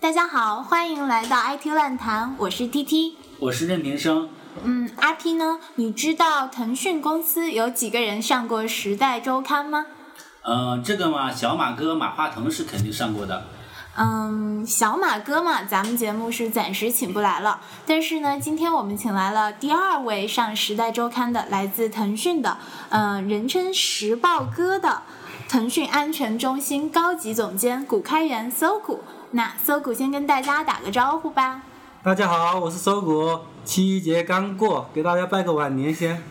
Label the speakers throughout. Speaker 1: 大家好，欢迎来到 IT 乱谈，我是 TT。
Speaker 2: 我是任平生，
Speaker 1: 嗯，阿 P 呢？你知道腾讯公司有几个人上过《时代周刊》吗？
Speaker 2: 嗯、这个嘛，小马哥马化腾是肯定上过的，
Speaker 1: 嗯，小马哥嘛，咱们节目是暂时请不来了。但是呢，今天我们请来了第二位上《时代周刊》的，来自腾讯的，嗯、人称“时报哥”的腾讯安全中心高级总监谷开元搜谷。那搜谷先跟大家打个招呼吧。
Speaker 3: 大家好，我是搜谷。七一节刚过，给大家拜个晚年先。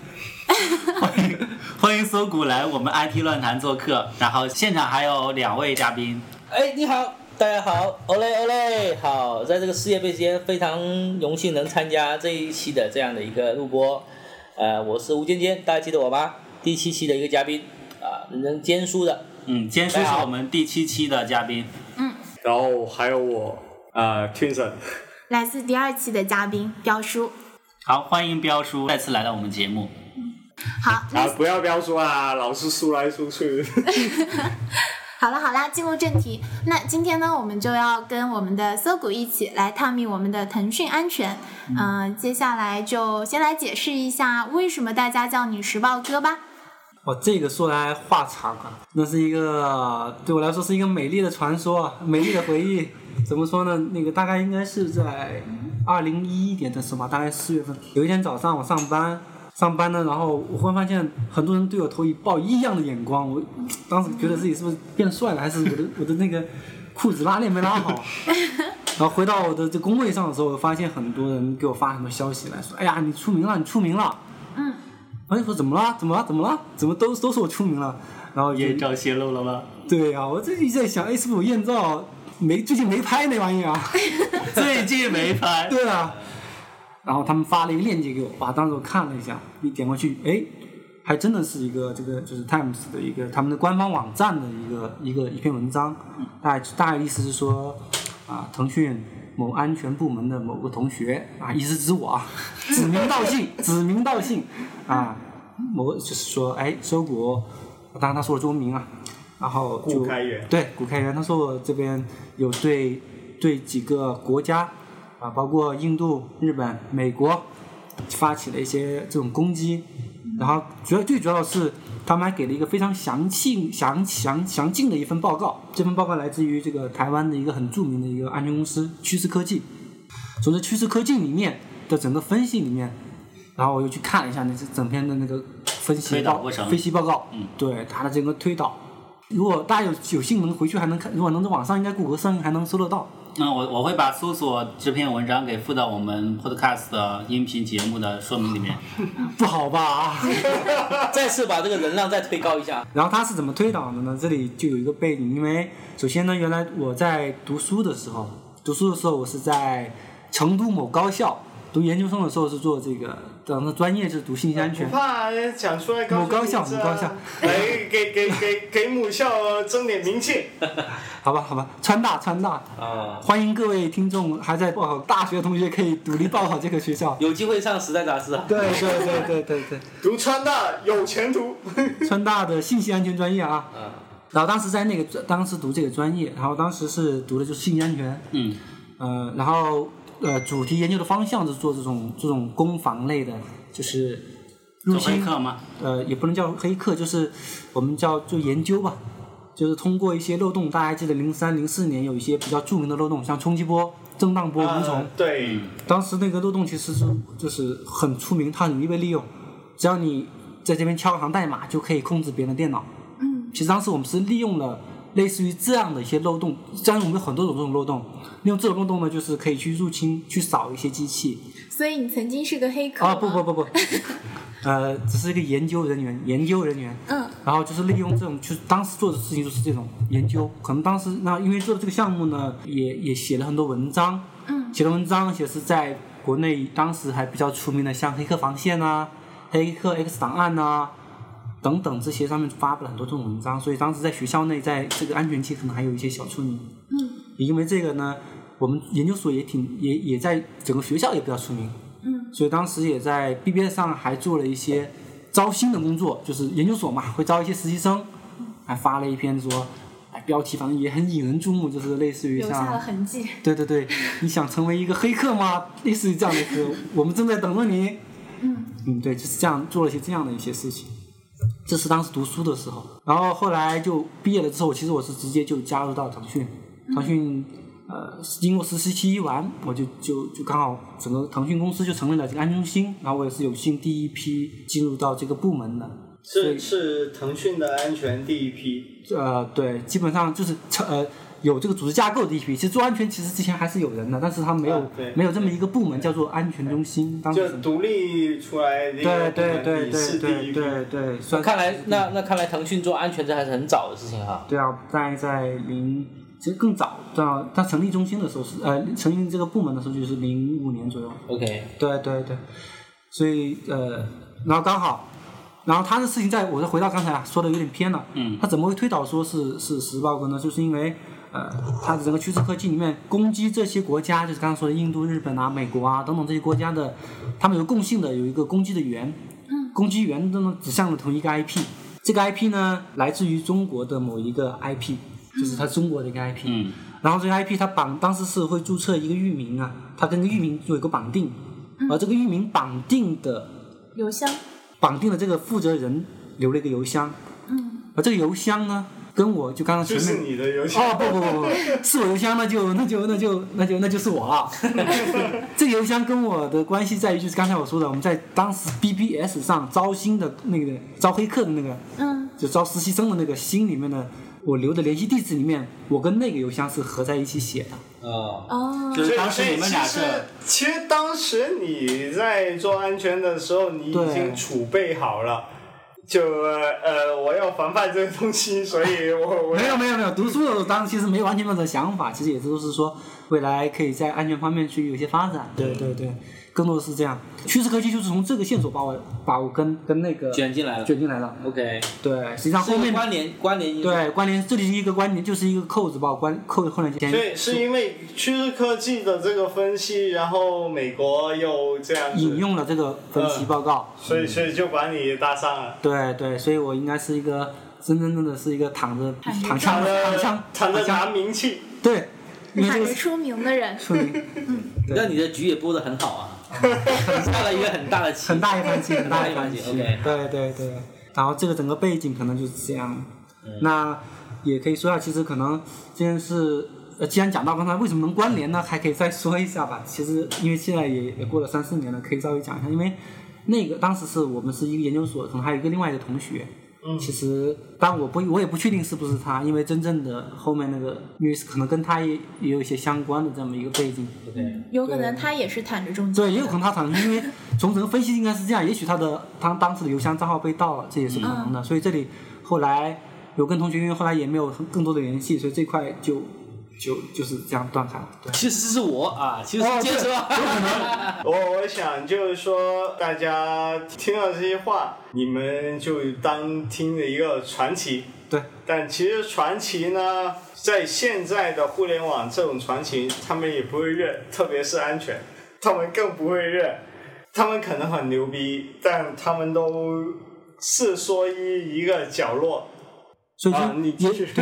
Speaker 2: 欢迎搜谷来我们 IT 乱谈做客，然后现场还有两位嘉宾，
Speaker 4: 哎，你好，大家好，欧嘞欧嘞，好，在这个事业背间非常荣幸能参加这一期的这样的一个录播，呃，我是吴尖尖，大家记得我吧？第七期的一个嘉宾啊，人称尖叔的，
Speaker 2: 嗯，坚叔
Speaker 4: 大家
Speaker 2: 是
Speaker 4: 好
Speaker 2: 我们第七期的嘉宾，
Speaker 5: 然后还有我啊、呃、，Twinson，
Speaker 1: 来自第二期的嘉宾彪叔。
Speaker 2: 好，欢迎彪叔再次来到我们节目，
Speaker 1: 好，那
Speaker 5: 啊，不要标书啊，老是输来输 去。
Speaker 1: 好了好啦，进入正题。那今天呢，我们就要跟我们的搜谷一起来探秘我们的腾讯安全。嗯、接下来就先来解释一下为什么大家叫你时报哥吧。
Speaker 3: 哦，这个说来话长啊，那是一个对我来说是一个美丽的传说啊，美丽的回忆。怎么说呢？那个大概应该是在二零一一年的时候吧，大概四月份。有一天早上我上班，上班呢，然后我忽然发现很多人对我投以报异样的眼光，我当时觉得自己是不是变帅了，还是我的我的那个裤子拉链没拉好？啊然后回到我的这工位上的时候，我发现很多人给我发很多消息来说：“哎呀，你出名了，你出名了。”我就说怎么了？怎么了？怎么了？怎么都都说我出名了？然后就
Speaker 2: 艳照泄露了吗？
Speaker 3: 对呀、我自己在想，哎，是不是我艳照没最近没拍那玩意儿啊？
Speaker 2: 最近没拍，
Speaker 3: 对啊。然后他们发了一个链接给我，哇，当时我看了一下，一点过去，哎，还真的是一个这个就是 Times 的一个他们的官方网站的一个一个一篇文章，大概大概意思是说，啊，腾讯某安全部门的某个同学啊，意思指我啊，指名道姓，指名道姓啊，某就是说，哎，搜谷，当然他说了中文名啊，然后就
Speaker 5: 顾开元
Speaker 3: 对古开元，他说我这边有对对几个国家啊，包括印度、日本、美国发起了一些这种攻击，然后主要最主要的是他们还给了一个非常详细、详详详尽的一份报告，这份报告来自于这个台湾的一个很著名的一个安全公司趋势科技。从这趋势科技里面的整个分析里面，然后我又去看了一下那是整篇的那个分析
Speaker 2: 推导
Speaker 3: 报
Speaker 2: 过程
Speaker 3: 分析报告，
Speaker 2: 嗯，
Speaker 3: 对它的整个推导。如果大家有有幸能回去还能看，如果能在网上应该谷歌上还能搜得到。
Speaker 2: 那嗯我我会把搜索这篇文章给附到我们 podcast 的音频节目的说明里面，
Speaker 3: 不好吧？
Speaker 4: 再次把这个人浪再推高一下，
Speaker 3: 然后它是怎么推导的呢？这里就有一个背景，因为首先呢，原来我在读书的时候，读书的时候我是在成都某高校读研究生的时候是做这个，等的专业是读信息安全。
Speaker 5: 怕讲出来
Speaker 3: 母高校母高校，
Speaker 5: 来啊哎给给给给母校争点名气。
Speaker 3: 好吧，好吧，川大，川大
Speaker 4: 啊。
Speaker 3: 欢迎各位听众还在报考大学的同学可以努力报考这个学校
Speaker 4: 有机会上时代杂志啊，
Speaker 3: 对对对对对对，
Speaker 5: 读川大有前途。
Speaker 3: 川大的信息安全专业啊。
Speaker 4: 嗯
Speaker 3: 然后当时在那个当时读这个专业，然后当时是读的就是信息安全，
Speaker 2: 嗯，
Speaker 3: 呃，然后呃主题研究的方向是做这种这种攻防类的，就是入
Speaker 2: 做黑
Speaker 3: 侵
Speaker 2: 客吗？
Speaker 3: 呃，也不能叫黑客，就是我们叫就研究吧，就是通过一些漏洞，大家还记得零三零四年有一些比较著名的漏洞，像冲击波、震荡波、无虫
Speaker 5: 啊，对，
Speaker 3: 当时那个漏洞其实是就是很出名，它很容易被利用，只要你在这边敲一行代码就可以控制别人的电脑。嗯，其实当时我们是利用了类似于这样的一些漏洞，当然我们有很多种这种漏洞，利用这种漏洞呢，就是可以去入侵、去扫一些机器，
Speaker 1: 所以你曾经是个黑客
Speaker 3: 啊，不不不不， 呃，只是一个研究人员，研究人员。
Speaker 1: 嗯。
Speaker 3: 然后就是利用这种，就是当时做的事情就是这种研究，可能当时那因为做这个项目呢，也也写了很多文章。嗯。写了文章，也是在国内当时还比较出名的，像《黑客防线》啊，《黑客 X 档案》呐。等等这些上面发布了很多这种文章，所以当时在学校内，在这个安全界可能还有一些小出名。嗯，也因为这个呢，我们研究所也挺也也在整个学校也比较出名。
Speaker 1: 嗯
Speaker 3: 所以当时也在 BBS 上还做了一些招新的工作，就是研究所嘛，会招一些实习生，还发了一篇说，哎，标题，反正也很引人注目，就是类似于
Speaker 1: 留下了
Speaker 3: 像，
Speaker 1: 痕迹。
Speaker 3: 对对对，你想成为一个黑客吗？类似于这样的歌，我们正在等着你。
Speaker 1: 嗯，
Speaker 3: 嗯，对，就是这样做了一些这样的一些事情。这是当时读书的时候，然后后来就毕业了之后，其实我是直接就加入到腾讯，腾讯呃，经过实习期一完，我就就就刚好整个腾讯公司就成立了这个安中心，然后我也是有幸第一批进入到这个部门的。
Speaker 5: 是是腾讯的安全第一批，
Speaker 3: 呃，对，基本上就是成呃有这个组织架构的一批。其实做安全其实之前还是有人的，但是他没有、
Speaker 5: 啊对
Speaker 3: 没有这么一个部门叫做安全中心。当时
Speaker 5: 就独立出来的一
Speaker 3: 对
Speaker 5: 个部
Speaker 3: 对
Speaker 5: 门
Speaker 3: 对
Speaker 5: 你是第
Speaker 3: 对对
Speaker 5: 一批。
Speaker 3: 对对，
Speaker 4: 那
Speaker 3: 算
Speaker 4: 看来那那看来腾讯做安全这还是很早的事情哈。
Speaker 3: 对啊，在在零其实更早，到它成立中心的时候是呃成立这个部门的时候就是零五年左右。
Speaker 4: OK，
Speaker 3: 对对对，所以呃，然后刚好，然后他的事情在我再回到刚才啊说的有点偏了，
Speaker 2: 嗯
Speaker 3: 他怎么会推导说是是时报哥呢？就是因为呃，他的整个趋势科技里面攻击这些国家，就是刚刚说的印度、日本啊、美国啊等等这些国家的，他们有共性的有一个攻击的源，攻击源都能指向了同一个 IP，这个 IP 呢来自于中国的某一个 IP，就是它中国的一个 IP，
Speaker 2: 嗯
Speaker 3: 然后这个 IP 它绑当时是会注册一个域名啊，它跟域名有一个绑定，而这个域名绑定的
Speaker 1: 嗯邮箱。
Speaker 3: 绑定的这个负责人留了一个邮箱，
Speaker 1: 嗯，
Speaker 3: 而这个邮箱呢，跟我就刚刚前
Speaker 5: 就
Speaker 3: 面
Speaker 5: 是你的游戏，
Speaker 3: 哦不不不不，是我邮箱那就那就那就那就那就是我了。 这个邮箱跟我的关系在于就是刚才我说的，我们在当时 BBS 上招新的那个招黑客的那个
Speaker 1: 嗯，
Speaker 3: 就招实习生的那个新里面的，我留的联系地址里面，我跟那个邮箱是合在一起写的。啊
Speaker 4: 哦，
Speaker 1: 哦，
Speaker 2: 就是
Speaker 5: 所以
Speaker 2: 当时
Speaker 5: 所以
Speaker 2: 你们俩
Speaker 5: 其
Speaker 2: 是
Speaker 5: 实其实当时你在做安全的时候，你已
Speaker 3: 对
Speaker 5: 经储备好了。就呃，我要防范这个东西，所以我我
Speaker 3: 没有没有没有，读书的时候当时其实没有完全没有这个想法，其实也都是说未来可以在安全方面去有一些发展。对对对，更多的是这样。趋势科技就是从这个线索把我把我跟跟那个
Speaker 4: 卷进来了。
Speaker 3: 卷进来了。
Speaker 4: OK，
Speaker 3: 对，实际上
Speaker 4: 是
Speaker 3: 后
Speaker 4: 一个
Speaker 3: 面
Speaker 4: 关联关联因素。
Speaker 3: 对啊关联，这里是一个关联，就是一个扣子把我关扣后来
Speaker 5: 所
Speaker 3: 前
Speaker 5: 以是因为趋势科技的这个分析，然后美国又这样
Speaker 3: 引
Speaker 5: 子，
Speaker 3: 用了这个分析报告。
Speaker 5: 所以所以就把你搭上了。
Speaker 3: 对对，所以我应该是一个真真正的是一个躺着
Speaker 1: 躺着
Speaker 3: 躺枪
Speaker 5: 呃
Speaker 3: 躺枪
Speaker 5: 躺着
Speaker 3: 躺
Speaker 5: 拿
Speaker 3: 枪，
Speaker 5: 名气，
Speaker 3: 对，因为
Speaker 1: 喊
Speaker 3: 这
Speaker 1: 着
Speaker 3: 个
Speaker 1: 出名的人，
Speaker 3: 说明对
Speaker 4: 那你的局也播的很好啊，下了一个很大的棋。
Speaker 3: 很大一盘棋，很大一盘棋。
Speaker 4: 很大一盘棋，OK
Speaker 3: 对对对。然后这个整个背景可能就是这样。那也可以说一下，其实可能既然是呃，既然讲到刚才为什么能关联呢，还可以再说一下吧。其实因为现在也也过了三四年了，可以稍微讲一下，因为那个当时是我们是一个研究所，可能还有一个另外一个同学。其实，但我不，我也不确定是不是他，因为真正的后面那个，因为可能跟他也也有一些相关的这么一个背景。
Speaker 4: 对，
Speaker 1: 有可能他也是躺着中奖。
Speaker 3: 对，也有可能他躺，因为从整个分析应该是这样，也许他的他当时的邮箱账号被盗了，这也是可能的。所以这里后来有跟同学，因为后来也没有更多的联系，所以这块就就就是这样断开了。对，
Speaker 4: 其实是我啊，其实
Speaker 3: 哦
Speaker 4: 是接着啊。
Speaker 5: 我我想就是说，大家听到这些话，你们就当听了一个传奇。
Speaker 3: 对，
Speaker 5: 但其实传奇呢，在现在的互联网这种传奇，他们也不会认，特别是安全，他们更不会认。他们可能很牛逼，但他们都是说一一个角落
Speaker 3: 所以
Speaker 5: 啊。你
Speaker 3: 就
Speaker 5: 继
Speaker 3: 也
Speaker 5: 续。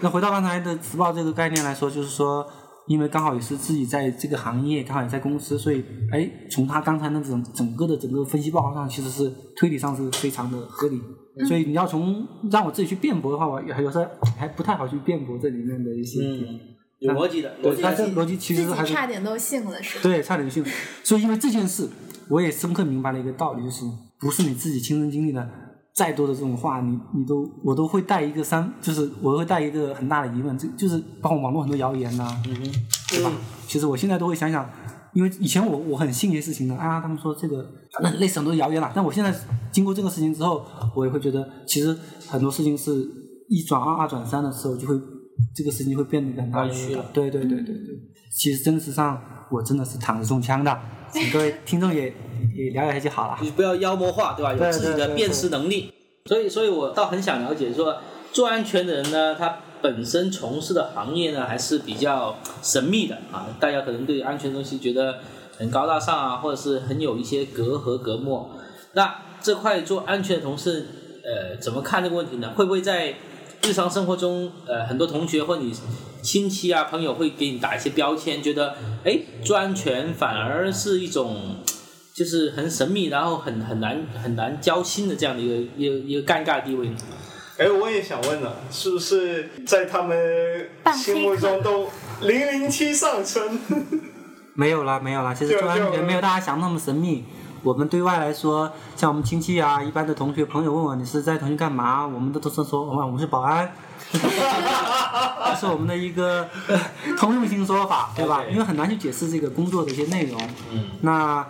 Speaker 3: 那回到刚才的磁暴这个概念来说，就是说，因为刚好也是自己在这个行业，刚好也在公司，所以哎，从他刚才那种整个的整个分析报告上，其实是推理上是非常的合理。
Speaker 1: 嗯
Speaker 3: 所以你要从让我自己去辩驳的话，我还有时候还不太好去辩驳这里面的一些点。
Speaker 4: 嗯，有逻辑的，逻
Speaker 3: 对，
Speaker 4: 辑
Speaker 3: 他这
Speaker 4: 的。
Speaker 3: 逻辑其实还
Speaker 1: 自己
Speaker 3: 是
Speaker 1: 差点都信了，是吧？
Speaker 3: 对差点信。所以因为这件事，我也深刻明白了一个道理，就是不是你自己亲身经历的，再多的这种话，你你都我都会带一个三，就是我会带一个很大的疑问，就就是包括网络很多谣言呐、
Speaker 4: 嗯
Speaker 3: 对吧？其实我现在都会想想，因为以前我我很信这些事情的啊，他们说这个反正类似很多谣言啦，但我现在经过这个事情之后，我也会觉得其实很多事情是一转二，二转三的时候就会。这个事情会变得很大
Speaker 4: 弯曲了
Speaker 3: 对对对对对。其实真实上，我真的是躺着中枪的，请各位听众也也了解就好了。
Speaker 4: 你不要妖魔化，对吧？有
Speaker 3: 啊对
Speaker 4: 自己
Speaker 3: 对
Speaker 4: 的
Speaker 3: 对
Speaker 4: 辨识能力。所以，所以我倒很想了解说，做安全的人呢，他本身从事的行业呢，还是比较神秘的啊。大家可能对安全东西觉得很高大上啊，或者是很有一些隔阂隔膜。那这块做安全的同事，呃，怎么看这个问题呢？会不会在日常生活中，呃，很多同学或你亲戚啊、朋友会给你打一些标签，觉得哎，做安全反而是一种就是很神秘，然后很很难很难交心的这样的一个一个一个尴尬地位呢。
Speaker 5: 哎，我也想问了，是不是在他们
Speaker 1: 半黑
Speaker 5: 心
Speaker 1: 客
Speaker 5: 目中都零零七上升？
Speaker 3: 没有啦，没有啦。其实
Speaker 5: 就
Speaker 3: 做安
Speaker 5: 就
Speaker 3: 全没有大家想的那么神秘。我们对外来说，像我们亲戚啊、一般的同学朋友问我你是在腾讯干嘛，我们都都是说，哇，我们是保安，这是我们的一个 呃通用性说法，对吧？
Speaker 4: OK
Speaker 3: 因为很难去解释这个工作的一些内容。
Speaker 4: 嗯，
Speaker 3: 那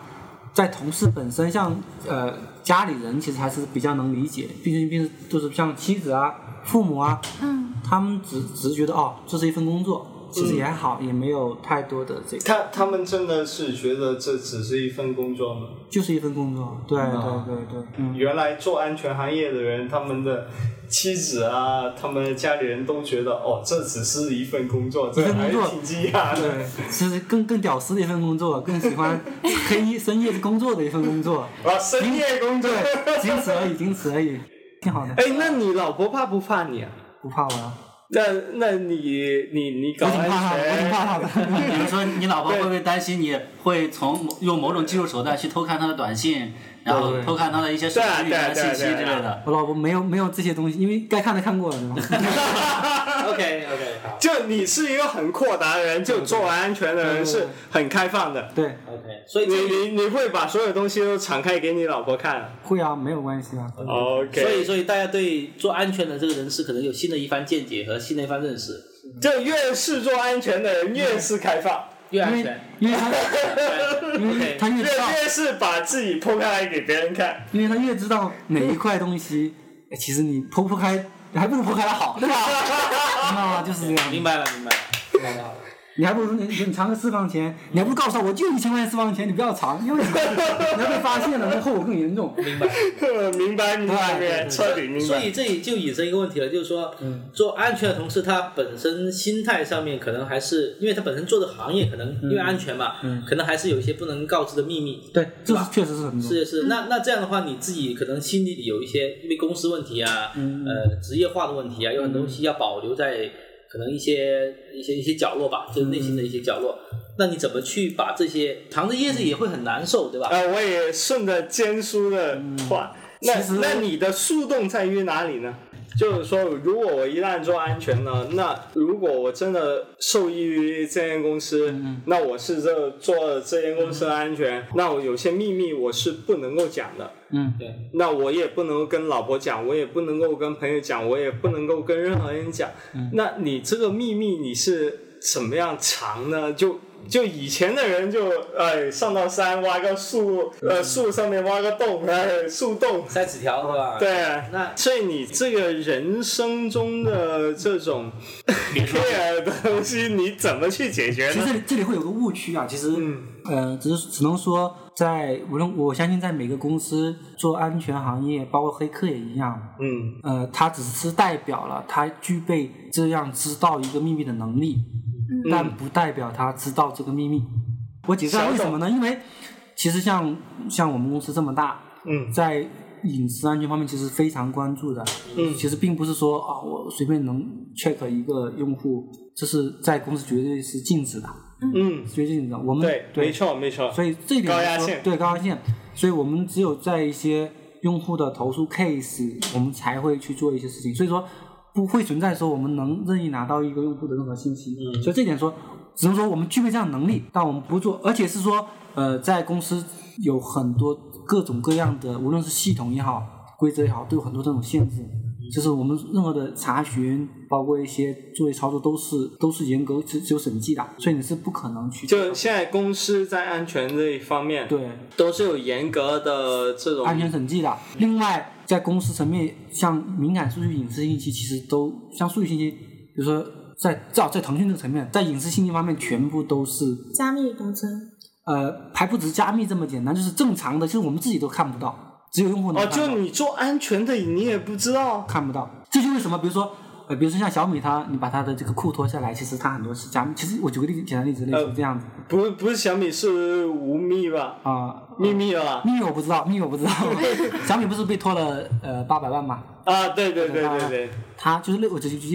Speaker 3: 在同事本身，像呃家里人，其实还是比较能理解，毕竟毕竟就是像妻子啊、父母啊，
Speaker 1: 嗯，
Speaker 3: 他们只只是觉得哦，这是一份工作，其实也还好，也没有太多的这个。
Speaker 5: 他他们真的是觉得这只是一份工作吗？
Speaker 3: 就是一份工作，对对对对，嗯，
Speaker 5: 原来做安全行业的人，他们的妻子啊，他们的家里人都觉得哦，这只是一份工作，这
Speaker 3: 一份
Speaker 5: 还
Speaker 3: 工作
Speaker 5: 挺惊讶的。
Speaker 3: 对，其实更更屌丝的一份工作，更喜欢黑深夜工作的一份工作，
Speaker 5: 啊，深夜工作。
Speaker 3: 对， 仅此而已，仅此而已，挺好的，
Speaker 6: 哎，那你老婆怕不怕你啊？
Speaker 3: 不怕我啊，
Speaker 6: 那那你你你搞
Speaker 3: 我挺怕他
Speaker 6: 安
Speaker 3: 的，我挺
Speaker 6: 全，
Speaker 3: 怕他的，
Speaker 2: 比如说，你老婆会不会担心你会从某用某种技术手段去偷看她的短信，然后
Speaker 3: 对啊
Speaker 2: 偷看她的一些手机里面的信息之类的？
Speaker 3: 我老婆没有没有这些东西，因为该看的看过了，对吧
Speaker 4: OK OK 好
Speaker 6: 就你是一个很阔达的人，就做安全的人是很开放的。
Speaker 3: 对，
Speaker 4: OK，所以
Speaker 6: 你
Speaker 4: 这个
Speaker 6: 你你会把所有东西都敞开给你老婆看啊
Speaker 3: 会啊，没有关系啊，
Speaker 6: ？OK，
Speaker 4: 所以所以大家对做安全的这个人士可能有新的一番见解和新的一番认识，
Speaker 6: 就越是做安全的人，越是开放，
Speaker 4: 越
Speaker 3: 因
Speaker 4: 安
Speaker 3: 为
Speaker 4: 全。
Speaker 3: 因为他因为
Speaker 4: OK
Speaker 3: 他越
Speaker 6: 越
Speaker 3: 知道，
Speaker 6: 越是把自己剖开来给别人看。
Speaker 3: 因为他越知道哪一块东西，哎其实你剖不开，还不如剖开的好，对 吧？明白吗？就是这样，
Speaker 4: 明白了明白了。
Speaker 3: 你还不如你你藏个私房钱，你还不如告诉他我就一千块钱私房钱，你不要藏，因为你 你要被发现了，那后果更严重。
Speaker 6: 呃 明白，明白，明白，彻底明
Speaker 4: 所
Speaker 6: 白。
Speaker 4: 以这里就引申一个问题了，就是说，做安全的同事，他本身心态上面可能还是，因为他本身做的行业可能因为安全嘛，
Speaker 6: 嗯
Speaker 4: 可能还是有一些不能告知的秘密。
Speaker 3: 对，这
Speaker 4: 吧
Speaker 3: 是确实是很多。
Speaker 4: 是是，那那这样的话，你自己可能心里有一些因为公司问题啊，呃，职业化的问题啊，有很多东西要保留在可能一些一些一些角落吧，就是内心的一些角落。那你怎么去把这些藏着掖着也会很难受，对吧？
Speaker 6: 呃，我也顺着坚叔的话，那
Speaker 3: 其实
Speaker 6: 那你的树洞在于哪里呢？就是说，如果我一旦做安全呢，那如果我真的受益于这间公司，那我是这做这间公司的安全，那我有些秘密我是不能够讲的。
Speaker 3: 嗯，
Speaker 4: 对，
Speaker 6: 那我也不能够跟老婆讲，我也不能够跟朋友讲，我也不能够跟任何人讲。那你这个秘密你是怎么样藏呢？就就以前的人就哎上到山挖个树，呃树上面挖个洞，哎树洞，
Speaker 4: 塞纸条对吧？，
Speaker 6: 对。
Speaker 4: 那
Speaker 6: 所以你这个人生中的这种 care 的东西，你怎么去解决
Speaker 3: 其实
Speaker 6: 呢？
Speaker 3: 这里这里会有个误区啊，其实，
Speaker 6: 嗯
Speaker 3: 呃，只是只能说在，无论我相信在每个公司做安全行业，包括黑客也一样，
Speaker 6: 嗯，
Speaker 3: 呃，他只是代表了他具备这样知道一个秘密的能力，但
Speaker 6: 嗯
Speaker 3: 不代表他知道这个秘密。我解释一下为什么呢？因为其实像像我们公司这么大，
Speaker 6: 嗯，
Speaker 3: 在饮食安全方面其实非常关注的。嗯，其实并不是说啊，我随便能 check 一个用户，这是在公司绝对是禁止的，
Speaker 6: 嗯，
Speaker 3: 绝对禁止的。我们
Speaker 6: 对，没错没错，
Speaker 3: 所以这一点
Speaker 6: 高压
Speaker 3: 来说
Speaker 6: 线
Speaker 3: 对高压线，所以我们只有在一些用户的投诉 case，我们才会去做一些事情。所以说不会存在说我们能任意拿到一个用户的任何信息，
Speaker 6: 嗯
Speaker 3: 所以这一点说，只能说我们具备这样的能力，但我们不做，而且是说呃，在公司有很多各种各样的，无论是系统也好，规则也好，都有很多这种限制。
Speaker 6: 嗯
Speaker 3: 就是我们任何的查询，包括一些作业操作，都是都是严格只只有审计的，所以你是不可能去
Speaker 6: 就现在公司在安全这一方面，
Speaker 3: 对
Speaker 6: 都是有严格的这种
Speaker 3: 安全审计的。另外，在公司层面，像敏感数据、隐私信息，其实都像数据信息，比如说在至少在腾讯这个层面，在隐私信息方面，全部都是
Speaker 1: 加密保存，
Speaker 3: 呃，还不止加密这么简单，就是正常的，就是我们自己都看不到，只有用户能
Speaker 6: 哦，
Speaker 3: 看到
Speaker 6: 就你做安全的，你也不知道。
Speaker 3: 看不到。这就为什么，比如说呃，比如说像小米它，你把它的这个库脱下来，其实它很多是加密。其实我举个例子，简单例子，类似于这样子
Speaker 6: 不是不是小米是无密吧？
Speaker 3: 啊。
Speaker 6: 秘密吧？
Speaker 3: 秘密我不知道，秘密我不知道。小米不是被拖了呃八百万吗？
Speaker 6: 啊，对对对对对，
Speaker 3: 它就是类，我就就是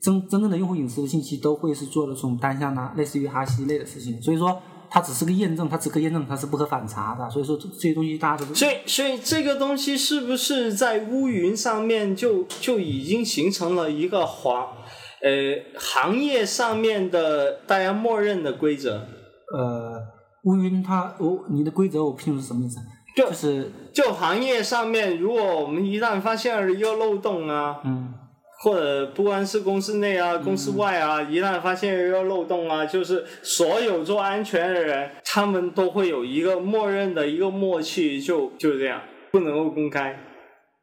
Speaker 3: 真真正的用户隐私的信息都会是做的这种单向的，类似于哈希类的事情。所以说它只是个验证，它只可验证，它是不可反查的。所以说这这些东西大家都
Speaker 6: 所以所以这个东西是不是在乌云上面就就已经形成了一个行呃行业上面的大家默认的规则？
Speaker 3: 呃乌云它我、你的规则我不清楚是什么意思，
Speaker 6: 就
Speaker 3: 就是
Speaker 6: 就行业上面，如果我们一旦发现了一个漏洞啊，
Speaker 3: 嗯
Speaker 6: 或者不光是公司内啊、公司外啊，一旦发现一个漏洞啊，就是所有做安全的人，他们都会有一个默认的一个默契，就就这样，不能够公开。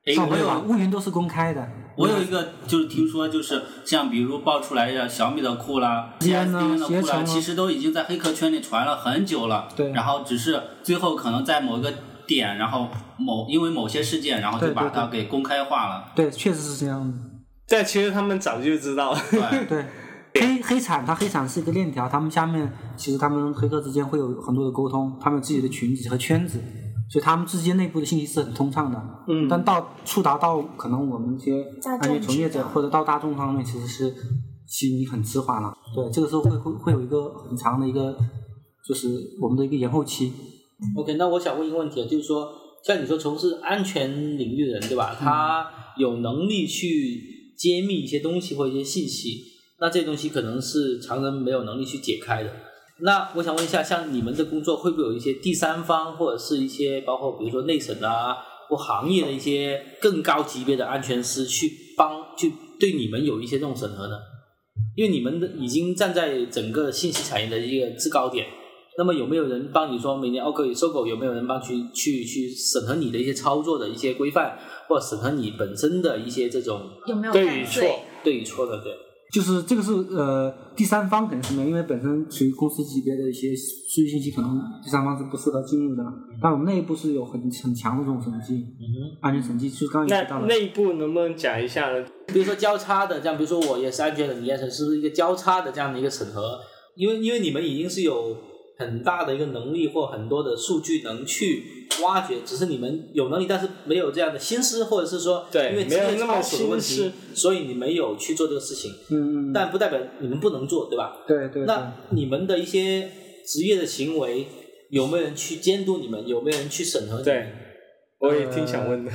Speaker 2: 哎，
Speaker 3: 上
Speaker 2: 我
Speaker 3: 回吧
Speaker 2: 有，
Speaker 3: 乌云都是公开的。
Speaker 2: 我有一个，就是听说，就是像比如爆出来的小米的库啦、
Speaker 3: 西安呢
Speaker 2: CSDN 的
Speaker 3: 携
Speaker 2: 库啦，
Speaker 3: 程啊
Speaker 2: 其实都已经在黑客圈里传了很久了。
Speaker 3: 对
Speaker 2: 然后只是最后可能在某一个点，然后某因为某些事件，然后
Speaker 3: 对
Speaker 2: 就
Speaker 3: 对
Speaker 2: 把
Speaker 3: 对
Speaker 2: 它给公开化了。
Speaker 3: 对，确实是这样的。
Speaker 6: 但其实他们早就知道了。
Speaker 2: 对，
Speaker 3: 对，黑黑产它黑产是一个链条，他们下面其实他们黑客之间会有很多的沟通，他们有自己的群体和圈子，所以他们之间内部的信息是很通畅的。
Speaker 6: 嗯
Speaker 3: 但到触达到可能我们这些
Speaker 1: 大
Speaker 3: 安全
Speaker 1: 众
Speaker 3: 从业
Speaker 1: 知
Speaker 3: 者
Speaker 1: 道
Speaker 3: 或者到大众方面，其实是其实很迟缓了。对，这个时候会会会有一个很长的一个就是我们的一个延后期。
Speaker 4: OK，那我想问一个问题，啊就是说，像你说从事安全领域的人，对吧？他有能力去揭秘一些东西或一些信息，那这些东西可能是常人没有能力去解开的。那我想问一下，像你们的工作会不会有一些第三方，或者是一些包括比如说内审啊，或行业的一些更高级别的安全师去帮去对你们有一些这种审核呢？因为你们的已经站在整个信息产业的一个制高点，那么有没有人帮你说每年 OK 搜狗有没有人帮去去去审核你的一些操作的一些规范，或者审核你本身的一些这种
Speaker 1: 有没有
Speaker 6: 对
Speaker 1: 犯
Speaker 6: 与
Speaker 1: 罪？
Speaker 4: 对与错的？对，
Speaker 3: 就是这个是呃第三方肯定是没有，因为本身属于公司级别的一些数据信息，可能第三方是不适合进入的。但我们内部是有很很强的这种审计，
Speaker 6: 嗯
Speaker 3: 安全审计，就是刚刚也提到
Speaker 6: 那
Speaker 3: 了。
Speaker 6: 内部能不能讲一下呢？
Speaker 4: 比如说交叉的这样，比如说我也是安全的，你也是，是不是一个交叉的这样的一个审核？因为因为你们已经是有很大的一个能力或很多的数据能去挖掘，只是你们有能力，但是没有这样的心思，或者是说
Speaker 6: 对
Speaker 4: 因为职
Speaker 6: 没有
Speaker 4: 业
Speaker 6: 那么
Speaker 4: 操守的问
Speaker 6: 心
Speaker 4: 题，所以你没有去做这个事情。
Speaker 3: 嗯嗯，
Speaker 4: 但不代表你们不能做，对吧？
Speaker 3: 对对对
Speaker 4: 那你们的一些职业的行为，有没有人去监督你们？有没有人去审核你们？
Speaker 6: 对，我也挺想问的。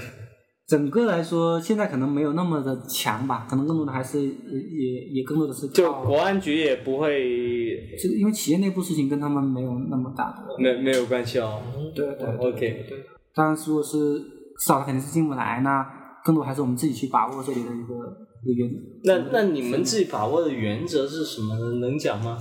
Speaker 3: 整个来说，现在可能没有那么的强吧，可能更多的还是呃也也更多的是
Speaker 6: 就
Speaker 3: 靠
Speaker 6: 国安局也不会，
Speaker 3: 这个，因为企业内部事情跟他们没有那么大的
Speaker 6: 没没有关系哦。
Speaker 3: 对对嗯对
Speaker 6: OK，
Speaker 3: 当然，如果是至少它肯定是进不来，那更多还是我们自己去把握这里的一个一个原则。
Speaker 6: 那那你们自己把握的原则是什么呢？
Speaker 3: 嗯
Speaker 6: 能讲吗？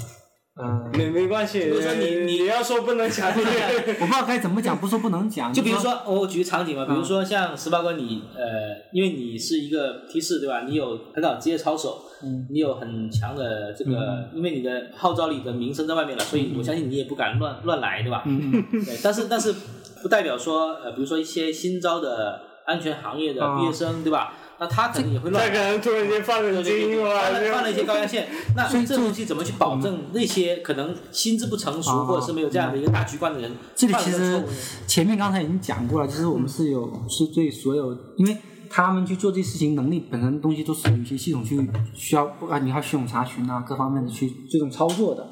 Speaker 3: 呃，
Speaker 6: 没没关系，
Speaker 4: 如说你
Speaker 6: 你要说不能讲，
Speaker 3: 我不知道该怎么讲，不是说不能讲，
Speaker 4: 就比如
Speaker 3: 说
Speaker 4: 说，我举个场景吧，比如说像十八哥你，呃，因为你是一个 T 四对吧？你有很好的职业操守，
Speaker 3: 嗯
Speaker 4: 你有很强的这个，因为你的号召力的名声在外面了，所以我相信你也不敢乱乱来，对吧？
Speaker 3: 嗯嗯
Speaker 4: 对，但是但是不代表说，呃，比如说一些新招的安全行业的
Speaker 3: 啊
Speaker 4: 毕业生，对吧？那他可能也会乱
Speaker 6: 他
Speaker 4: 来
Speaker 6: 可。能突然间放了精英
Speaker 4: 犯了
Speaker 6: 了，
Speaker 4: 犯了一些高压线，那
Speaker 3: 所以嗯
Speaker 4: 这
Speaker 3: 这
Speaker 4: 东西怎么去保证那些可能心智不成熟
Speaker 3: 啊
Speaker 4: 或者是没有这样的一个大局观的人
Speaker 3: 嗯这里
Speaker 4: 犯了
Speaker 3: 其
Speaker 4: 个错
Speaker 3: 实
Speaker 4: 误呢？
Speaker 3: 前面刚才已经讲过了，就是我们是有是对所有，因为他们去做这些事情能力本身东西都是有一些系统去需要啊，你要系统查询啊，各方面的去这种操作的，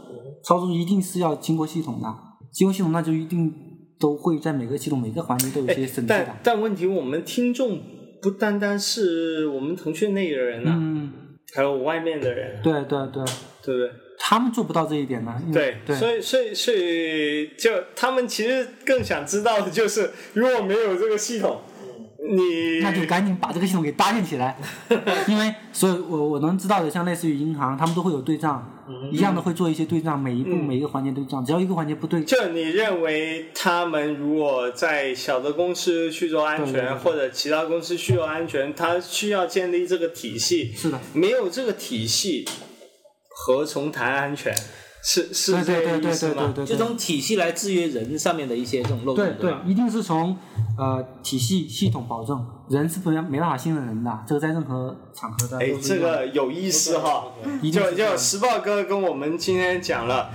Speaker 3: 操作一定是要经过系统的，经过系统那就一定都会在每个系统每个环节都有一些审计的
Speaker 6: 哎但。但问题，我们听众不单单是我们腾讯内的人啊，
Speaker 3: 嗯，
Speaker 6: 还有外面的人，
Speaker 3: 对对对，
Speaker 6: 对不对？
Speaker 3: 他们做不到这一点呢。因为对，
Speaker 6: 所以所以所以就他们其实更想知道的就是，如果没有这个系统，
Speaker 3: 嗯
Speaker 6: 你
Speaker 3: 那就赶紧把这个系统给搭建起 来，因为所以我我能知道的，像类似于银行，他们都会有对账，
Speaker 6: 嗯
Speaker 3: 一样的会做一些对账，每一步、每一个环节对账，只要一个环节不对，
Speaker 6: 就你认为他们如果在小的公司去做安
Speaker 3: 对对对
Speaker 6: 全，或者其他公司去做安全，他需要建立这个体系，
Speaker 3: 是的，
Speaker 6: 没有这个体系，何从谈安全？是是
Speaker 3: 对
Speaker 6: 这
Speaker 3: 对
Speaker 6: 个
Speaker 3: 对
Speaker 6: 意
Speaker 3: 对
Speaker 6: 思
Speaker 3: 对
Speaker 6: 吗
Speaker 3: 对？对，
Speaker 4: 就从体系来制约人上面的一些这种漏洞，
Speaker 3: 对
Speaker 4: 对
Speaker 3: 对
Speaker 4: 吧，？
Speaker 3: 一定是从呃体系系统保证，人是没没办法信任人的，这个在任何场合的
Speaker 6: 哎
Speaker 3: 都，是
Speaker 6: 这
Speaker 3: 一样
Speaker 6: 个有意思哈。
Speaker 3: 一定
Speaker 6: 就是
Speaker 3: 这
Speaker 6: 就
Speaker 3: 样
Speaker 6: 时报哥跟我们今天讲了，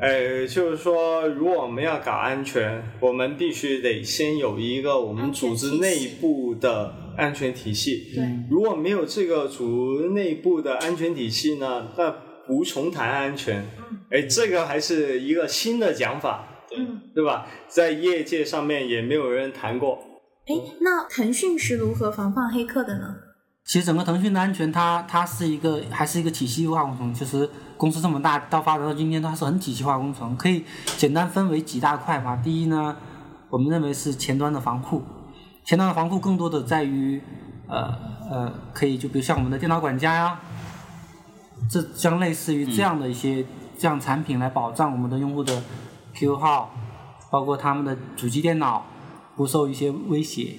Speaker 6: 呃，就是说，如果我们要搞安全，我们必须得先有一个我们组织内部的安全体系。
Speaker 1: 对，
Speaker 6: 如果没有这个组织内部的安全体系呢，那无从谈安全。
Speaker 3: 嗯
Speaker 6: 哎，这个还是一个新的讲法，
Speaker 1: 嗯，
Speaker 6: 对吧？在业界上面也没有人谈过。
Speaker 1: 哎，那腾讯是如何防范黑客的呢？
Speaker 3: 其实整个腾讯的安全它，它是一个还是一个体系化工程。其实公司这么大到发展到今天，它是很体系化工程，可以简单分为几大块吧。第一呢，我们认为是前端的防护，前端的防护更多的在于，呃呃，可以就比如像我们的电脑管家呀、这将类似于这样的一些、这样产品来保障我们的用户的 QQ 号，包括他们的主机电脑不受一些威胁。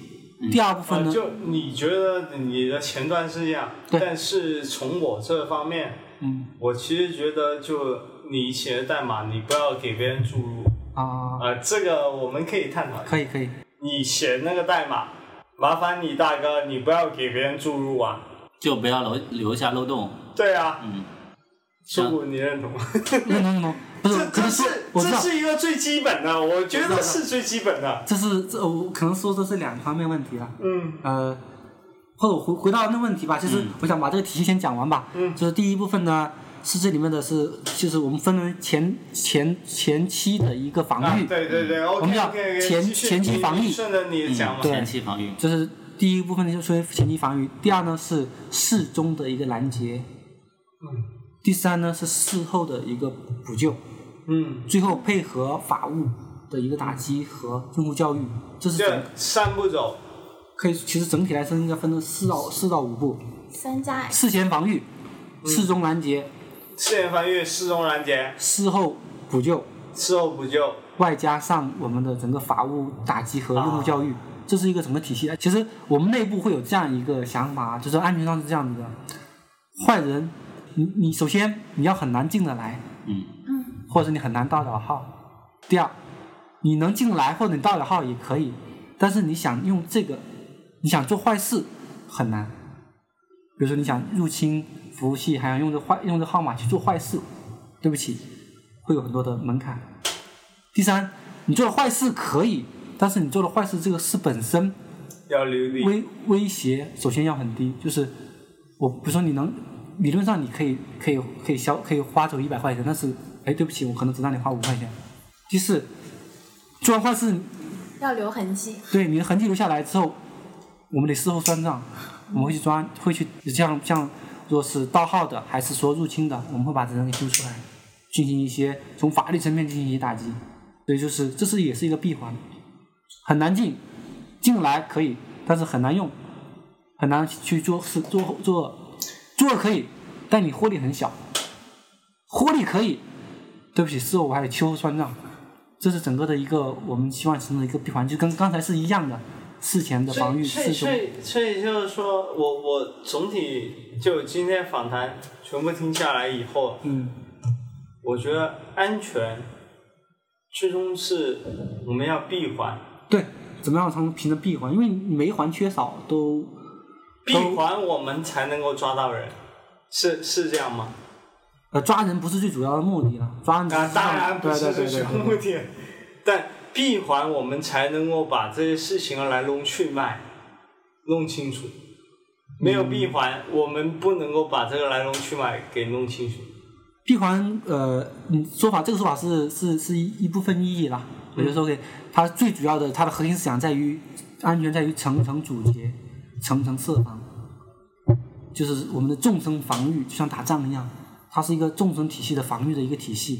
Speaker 3: 第二部分
Speaker 6: 呃，
Speaker 3: 呢，
Speaker 6: 就你觉得你的前端是这样，
Speaker 3: 对
Speaker 6: 但是从我这方面，
Speaker 3: 嗯
Speaker 6: 我其实觉得就你写的代码，你不要给别人注入。
Speaker 3: 啊、
Speaker 6: 啊，这个我们可以探讨。
Speaker 3: 可以可以。
Speaker 6: 你写那个代码，麻烦你大哥，你不要给别人注入啊。
Speaker 2: 就不要留留下漏洞。
Speaker 6: 对啊，
Speaker 2: 嗯，
Speaker 6: 苏谷你认同吗？
Speaker 3: 认同认同，不是
Speaker 6: 这，
Speaker 3: 可
Speaker 6: 这
Speaker 3: 能说
Speaker 6: 是
Speaker 3: 我
Speaker 6: 这
Speaker 3: 知道，
Speaker 6: 是一个最基本的，我觉
Speaker 3: 我知
Speaker 6: 得
Speaker 3: 道
Speaker 6: 是最基本的。
Speaker 3: 这是这我可能说这是两方面问题啊。
Speaker 6: 嗯
Speaker 3: 呃，或者我回回到那问题吧，就是
Speaker 2: 嗯
Speaker 3: 我想把这个体系先讲完吧。
Speaker 6: 嗯
Speaker 3: 就是第一部分呢，是这里面的是，就是我们分为前前前期的一个防
Speaker 6: 啊
Speaker 3: 御，，
Speaker 6: 对对对
Speaker 3: 嗯
Speaker 6: ，OK
Speaker 3: 们叫
Speaker 6: OK，
Speaker 3: 前前期防疫嗯
Speaker 6: 顺着你讲嘛。
Speaker 3: 对
Speaker 2: 前期防御。
Speaker 3: 就是第一部分就是说前期防御，第二呢是事中的一个拦截，第三呢是事后的一个补救。
Speaker 6: 嗯，
Speaker 3: 最后配合法务的一个打击和用户教育，这是
Speaker 6: 就
Speaker 3: 整
Speaker 6: 三步走。
Speaker 3: 可以其实整体来说应该分成四到四到五步：
Speaker 1: 三加 X，
Speaker 3: 事前防御、事中拦截、
Speaker 6: 事前防御，事中拦截，
Speaker 3: 事后补救，
Speaker 6: 事后补救。
Speaker 3: 外加上我们的整个法务打击和用户教育，这是一个整个体系。其实我们内部会有这样一个想法，就是安全上是这样子的：坏人，你你首先你要很难进得来，
Speaker 2: 嗯，
Speaker 1: 嗯，
Speaker 3: 或者你很难盗得了号。第二，你能进来或者你盗得了号也可以，但是你想用这个，你想做坏事很难。比如说你想入侵服务器，还想用这坏用这号码去做坏事，对不起，会有很多的门槛。第三，你做了坏事可以，但是你做的坏事这个事本身
Speaker 6: 要留力，
Speaker 3: 威威胁首先要很低，就是我比如说你能理论上你可以可以可以消可以花走一百块钱，但是哎对不起，我可能只让你花五块钱。第四，做完坏事，
Speaker 1: 要留痕迹。
Speaker 3: 对你的痕迹留下来之后，我们得事后算账，我们会去抓，会去像像若是盗号的，还是说入侵的，我们会把这人给揪出来，进行一些从法律层面进行一些打击。所以就是这是也是一个闭环，很难进，进来可以，但是很难用，很难去做事做做做可以，但你获利很小，获利可以，对不起，事后我还得秋后算账。这是整个的一个我们希望形成的一个闭环，就跟刚才是一样的，事前的防御，
Speaker 6: 所
Speaker 3: 事
Speaker 6: 以
Speaker 3: 中
Speaker 6: 所以所以就是说我我总体就今天访谈全部听下来以后，
Speaker 3: 嗯，
Speaker 6: 我觉得安全最终是我们要闭环，
Speaker 3: 对，怎么样才能平着闭环？因为你每一环缺少都
Speaker 6: 闭环我们才能够抓到人，是是这样吗？
Speaker 3: 呃抓人不是最主要的目的了，抓人只
Speaker 6: 啊，
Speaker 3: 是
Speaker 6: 当然不是
Speaker 3: 对对
Speaker 6: 这
Speaker 3: 对
Speaker 6: 些
Speaker 3: 对对
Speaker 6: 目的，但闭环我们才能够把这些事情的来龙去脉弄清楚。没有闭环，我们不能够把这个来龙去脉给弄清楚。
Speaker 3: 闭环，呃，你说法这个说法是是是一一部分意义啦。也
Speaker 6: 嗯
Speaker 3: 就是说，给它最主要的它的核心思想在于安全在于层层阻截，层层设防，就是我们的纵深防御，就像打仗一样，它是一个纵深体系的防御的一个体系，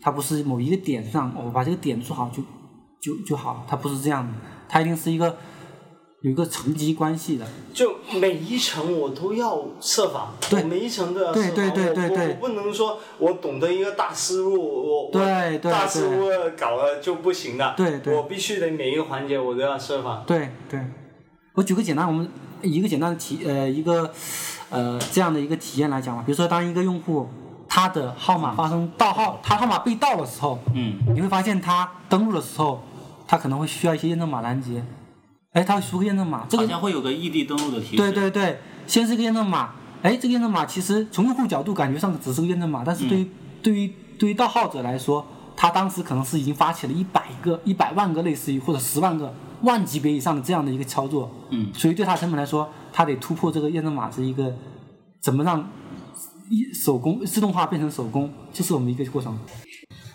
Speaker 3: 它不是某一个点上，哦我把这个点做好就就就好了，它不是这样的，它一定是一个有一个层级关系的。
Speaker 6: 就每一层我都要设防，
Speaker 3: 对
Speaker 6: 我每一层都要设防，
Speaker 3: 对对对对
Speaker 6: 我我
Speaker 3: 对
Speaker 6: 我不能说我懂得一个大思路，我我
Speaker 3: 对对
Speaker 6: 大思路搞了就不行了，
Speaker 3: 对对
Speaker 6: 我必须得每一个环节我都要设防。
Speaker 3: 对对，我举个简单，我们一个简单的体呃一个呃这样的一个体验来讲吧，比如说当一个用户他的号码发生盗号，他号码被盗的时候，
Speaker 2: 嗯，
Speaker 3: 你会发现他登录的时候，他可能会需要一些验证码拦截。哎，他会输个验证码，这
Speaker 2: 好
Speaker 3: 个
Speaker 2: 像会有个异地登录的提示。
Speaker 3: 对对对，先是一个验证码，哎，这个验证码其实从用户角度感觉上只是个验证码，但是对于、对于对于盗号者来说，他当时可能是已经发起了一百个、一百万个类似于或者十万个万级别以上的这样的一个操作，
Speaker 2: 嗯
Speaker 3: 所以对他成本来说，他得突破这个验证码是一个怎么让一手工自动化变成手工，这是我们一个过程。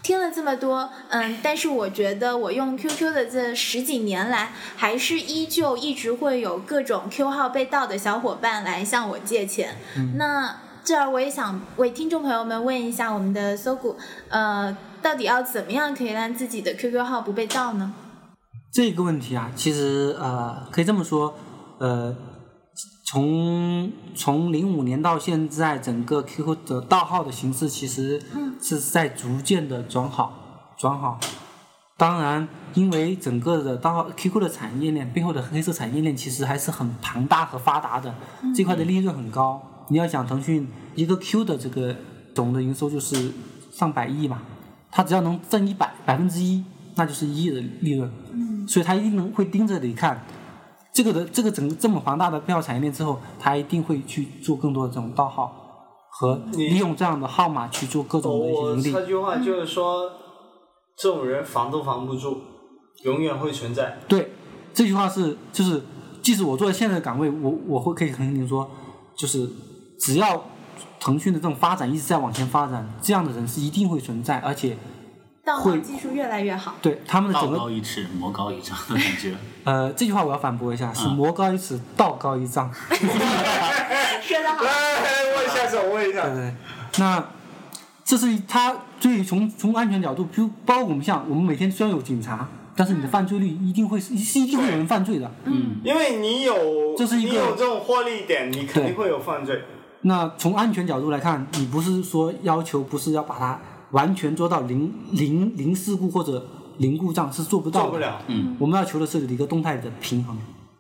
Speaker 1: 听了这么多，嗯，但是我觉得我用 QQ 的这十几年来，还是依旧一直会有各种 Q 号被盗的小伙伴来向我借钱。那这儿我也想为听众朋友们问一下我们的搜谷，呃，到底要怎么样可以让自己的 QQ 号不被盗呢？
Speaker 3: 这个问题啊，其实呃，可以这么说，呃，从从零五年到现在，整个 QQ 的盗号的形式其实是在逐渐的转好，转好。当然，因为整个的盗号 QQ 的产业链背后的黑色产业链其实还是很庞大和发达的，这块的利润很高。你要想腾讯一个 Q 的这个总的营收就是上百亿嘛，它只要能挣一百百分之一，那就是一亿的利润。所以他一定能会盯着你看。这个的这个整个这么庞大的票产业链之后，他一定会去做更多的这种盗号和
Speaker 5: 你哦
Speaker 3: 利用这样的号码去做各种的
Speaker 5: 我
Speaker 3: 一些
Speaker 5: 插
Speaker 3: 盈利。
Speaker 5: 句话，就是说，这种人防都防不住，永远会存在。
Speaker 3: 对，这句话是就是，即使我坐在现在的岗位，我我会可以肯定说，就是只要腾讯的这种发展一直在往前发展，这样的人是一定会存在，而且
Speaker 1: 盗号
Speaker 3: 会
Speaker 1: 技术越来越好，
Speaker 3: 对他们的
Speaker 2: 道
Speaker 3: 整个
Speaker 2: 高一尺，魔高一丈的感觉。
Speaker 3: 呃这句话我要反驳一下，是
Speaker 2: 嗯
Speaker 3: 魔高一尺，道高一丈。
Speaker 1: 说得好。
Speaker 5: 来，问一哎下手，问一下
Speaker 3: 对。对，那这是他最从从安全角度，比如包括我们像我们每天虽然有警察，但是你的犯罪率一定会是是一定会有人犯罪的。
Speaker 5: 因为你有，
Speaker 3: 这是一个
Speaker 5: 你有这种获利点，你肯定会有犯罪。
Speaker 3: 那从安全角度来看，你不是说要求不是要把它完全做到零零零事故或者零故障是做不到
Speaker 5: 做
Speaker 3: 的。嗯
Speaker 5: 不了。
Speaker 3: 我们要求的是一个动态的平衡，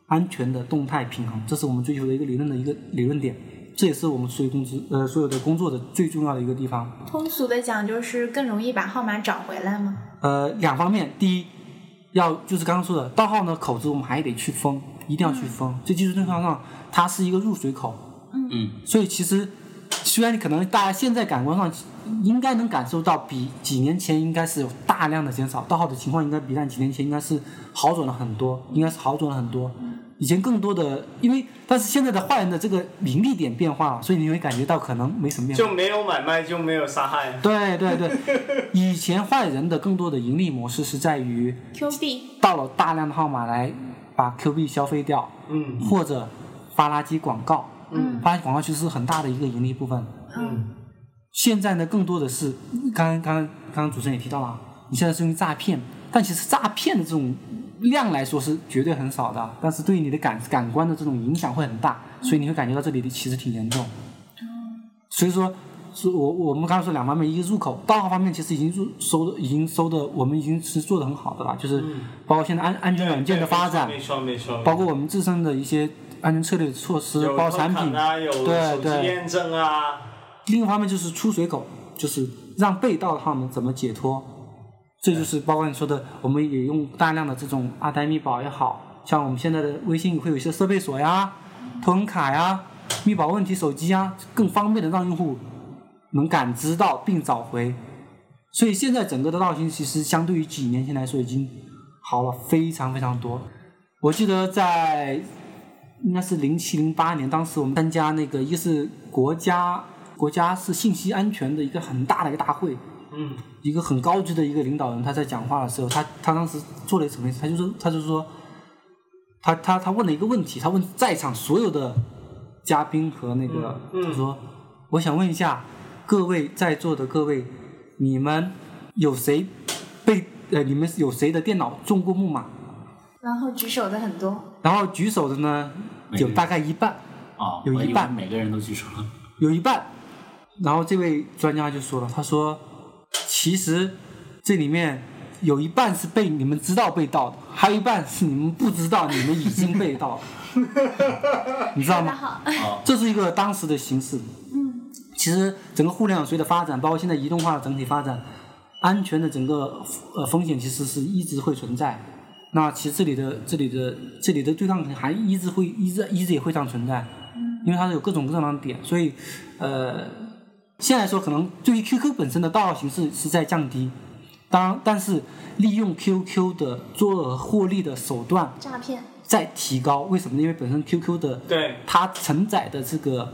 Speaker 3: 安全的动态平衡，这是我们追求的一个理论的一个理论点，这也是我们所有工资呃所有的工作的最重要的一个地方。
Speaker 1: 通俗的讲，就是更容易把号码找回来嘛。
Speaker 3: 呃，两方面，第一，要就是刚刚说的盗号呢，口子我们还得去封，一定要去封。这技术正常上，它是一个入水口，
Speaker 2: 嗯，
Speaker 3: 所以其实虽然可能大家现在感官上应该能感受到，比几年前应该是有大量的减少盗号的情况，应该比但几年前应该是好转了很多，应该是好转了很多。以前更多的，因为但是现在的坏人的这个盈利点变化了，所以你会感觉到可能没什么变化。
Speaker 5: 就没有买卖，就没有杀害。
Speaker 3: 对对对，以前坏人的更多的盈利模式是在于
Speaker 1: Q 币，
Speaker 3: 盗了大量的号码来把 Q 币消费掉，
Speaker 5: 嗯
Speaker 3: 或者发垃圾广告，发垃圾广告其实是很大的一个盈利部分。
Speaker 5: 嗯，
Speaker 3: 现在呢，更多的是刚刚刚刚主持人也提到了啊，你现在是用诈骗，但其实诈骗的这种量来说是绝对很少的，啊但是对你的感感官的这种影响会很大，所以你会感觉到这里的其实挺严重。所以说，是我我们刚才说两方面，一个入口，盗号方面其实已经入收的已经收的，我们已经是做的很好的了，就是
Speaker 5: 嗯
Speaker 3: 包括现在安安全软件的发展，
Speaker 5: 没错没错。
Speaker 3: 包括我们自身的一些安全策略措施，
Speaker 5: 有
Speaker 3: 包括产
Speaker 5: 偷
Speaker 3: 品
Speaker 5: 砍啊，有手
Speaker 3: 对
Speaker 5: 机
Speaker 3: 对。
Speaker 5: 验证啊，
Speaker 3: 另一方面就是出水口，就是让被盗的号码怎么解脱，这就是包括你说的，我们也用大量的这种阿呆密保也好像我们现在的微信会有一些设备锁呀、头文卡呀、密保问题手机呀，更方便的让用户能感知到并找回。所以现在整个的盗行其实相对于几年前来说已经好了非常非常多。我记得在应该是零七零八年，当时我们参加那个一个是国家国家是信息安全的一个很大的一个大会，
Speaker 5: 嗯，
Speaker 3: 一个很高级的一个领导人，他在讲话的时候，他他当时做了什么意思？他就说他就说，他他他问了一个问题，他问在场所有的嘉宾和那个，
Speaker 5: 嗯嗯
Speaker 3: 他说，我想问一下各位在座的各位，你们有谁被呃你们有谁的电脑中过木马？
Speaker 1: 然后举手的很多，
Speaker 3: 然后举手的呢
Speaker 2: 没
Speaker 3: 有
Speaker 2: 人
Speaker 3: 大概一半。
Speaker 2: 哦，
Speaker 3: 有
Speaker 2: 我
Speaker 3: 一
Speaker 2: 以为
Speaker 3: 半
Speaker 2: 每个人都去说。
Speaker 3: 有一半。然后这位专家就说了，他说，其实这里面有一半是被你们知道被盗的，还有一半是你们不知道你们已经被盗了，你知道
Speaker 1: 说得
Speaker 3: 吗？
Speaker 1: 好。
Speaker 2: 哦，
Speaker 3: 这是一个当时的形势。嗯，其实整个互联网随着发展，包括现在移动化的整体发展，安全的整个呃风险其实是一直会存在。那其实这里的这里的这里的对抗还一直会一直一直也会这样存在，因为它是有各种各样的点，所以呃，现在说可能对于 QQ 本身的盗号形式是在降低，当但是利用 QQ 的作恶获利的手段
Speaker 1: 诈骗，
Speaker 3: 在提高，为什么呢？因为本身 QQ 的
Speaker 6: 对
Speaker 3: 它承载的这个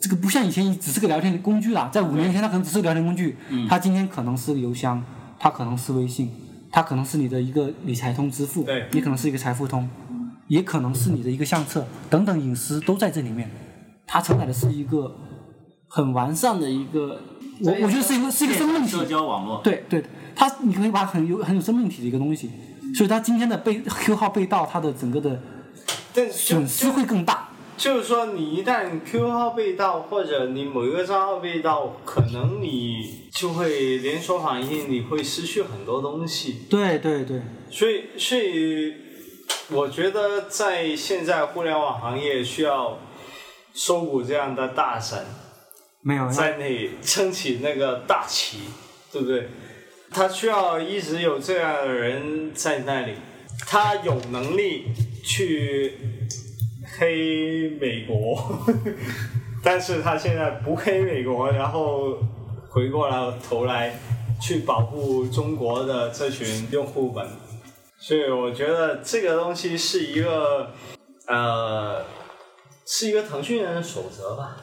Speaker 3: 这个不像以前只是个聊天工具啦，在五年前它可能只是个聊天工具，它今天可能是个邮箱，它可能是微信，它可能是你的一个理财通支付
Speaker 6: 对，
Speaker 3: 也可能是一个财富通，也可能是你的一个相册等等隐私都在这里面，它承载的是一个很完善的一个，我我觉得是一个是一个生命体
Speaker 2: 社，交网络，
Speaker 3: 对对，它你可以把它很有很有生命体的一个东西，所以它今天的被 Q 号被盗，它的整个的
Speaker 6: 但就
Speaker 3: 损失
Speaker 6: 就
Speaker 3: 会更大。
Speaker 6: 就是说，你一旦 QQ 号被盗，或者你某一个账号被盗，可能你就会连锁反应，你会失去很多东西。
Speaker 3: 对对对，
Speaker 6: 所以，所以我觉得在现在互联网行业需要收股这样的大神
Speaker 3: 没有
Speaker 6: 在那撑起那个大旗，对不对？他需要一直有这样的人在那里，他有能力去黑美国， 但是他现在不黑美国，然后回过来头来去保护中国的这群用户们，所以我觉得这个东西是一个呃是一个腾讯人的守则吧，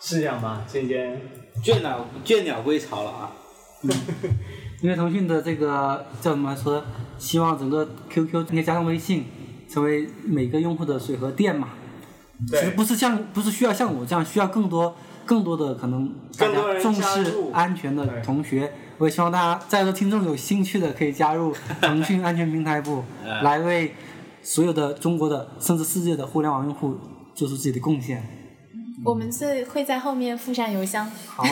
Speaker 6: 是这样吗？今天
Speaker 4: 倦鸟倦鸟归巢了啊！
Speaker 3: 因为腾讯的这个叫什么说，希望整个 QQ 应该加上微信，成为每个用户的水和电嘛。其实
Speaker 6: 对
Speaker 3: 不是像不是需要像我这样，需要更多更多的可能大
Speaker 6: 更多
Speaker 3: 家
Speaker 6: 人
Speaker 3: 重
Speaker 6: 加
Speaker 3: 视
Speaker 6: 入
Speaker 3: 安全的
Speaker 6: 对
Speaker 3: 同学，我也希望大家在座听众有兴趣的可以加 入腾讯安全平台部，
Speaker 6: 嗯
Speaker 3: 来为所有的中国的甚至世界的互联网用户做出自己的贡献。
Speaker 1: 我们最会在后面附上邮箱。
Speaker 3: 好。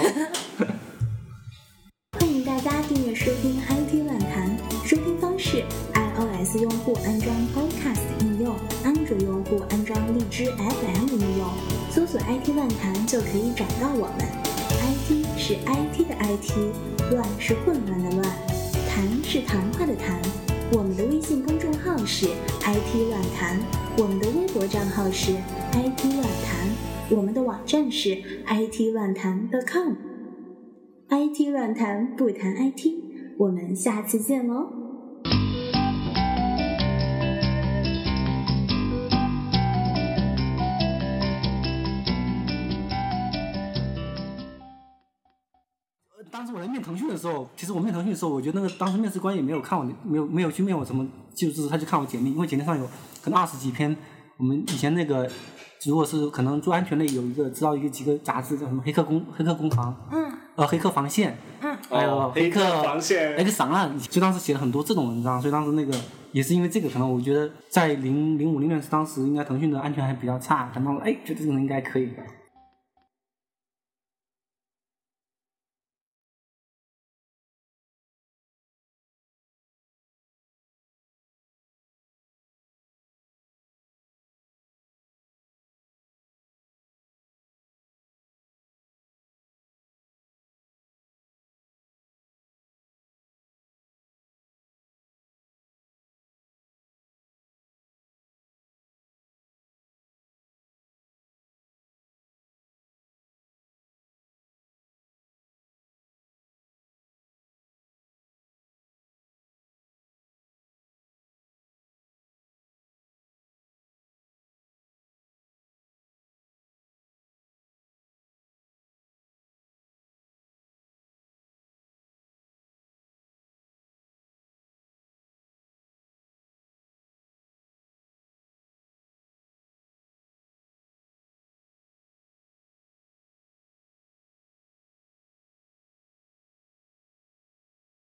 Speaker 7: 欢迎大家订阅收听 IT 乱谈。收听方式：iOS 用户安装 Podcast 应用，安卓用户安装荔枝 FM 应用，搜索 IT 乱谈就可以找到我们。IT 是 IT 的 IT，乱是混乱的乱，谈是谈话的谈。我们的微信公众号是 IT 乱谈，我们的微博账号是 IT 乱谈，我们的网站是 IT 乱谈 .com。IT 乱谈不谈 IT，我们下次见哦喽。
Speaker 3: 当时我来面腾讯的时候，其实我面腾讯的时候，我觉得那个当时面试官也没有看我，没有没有去面我什么，就是他就看我简历，因为简历上有可能二十几篇。我们以前那个，如果是可能做安全类，有一个知道一个几个杂志叫什么《黑客工黑客工行》，
Speaker 1: 嗯，
Speaker 3: 呃，《黑客哎防线》，嗯，还有
Speaker 6: 哦黑客
Speaker 3: 客
Speaker 6: 防线
Speaker 3: 黑客档案，就当时写了很多这种文章，所以当时那个也是因为这个，可能我觉得在零零五零年当时应该腾讯的安全还比较差，然后哎，觉得这个应该可以，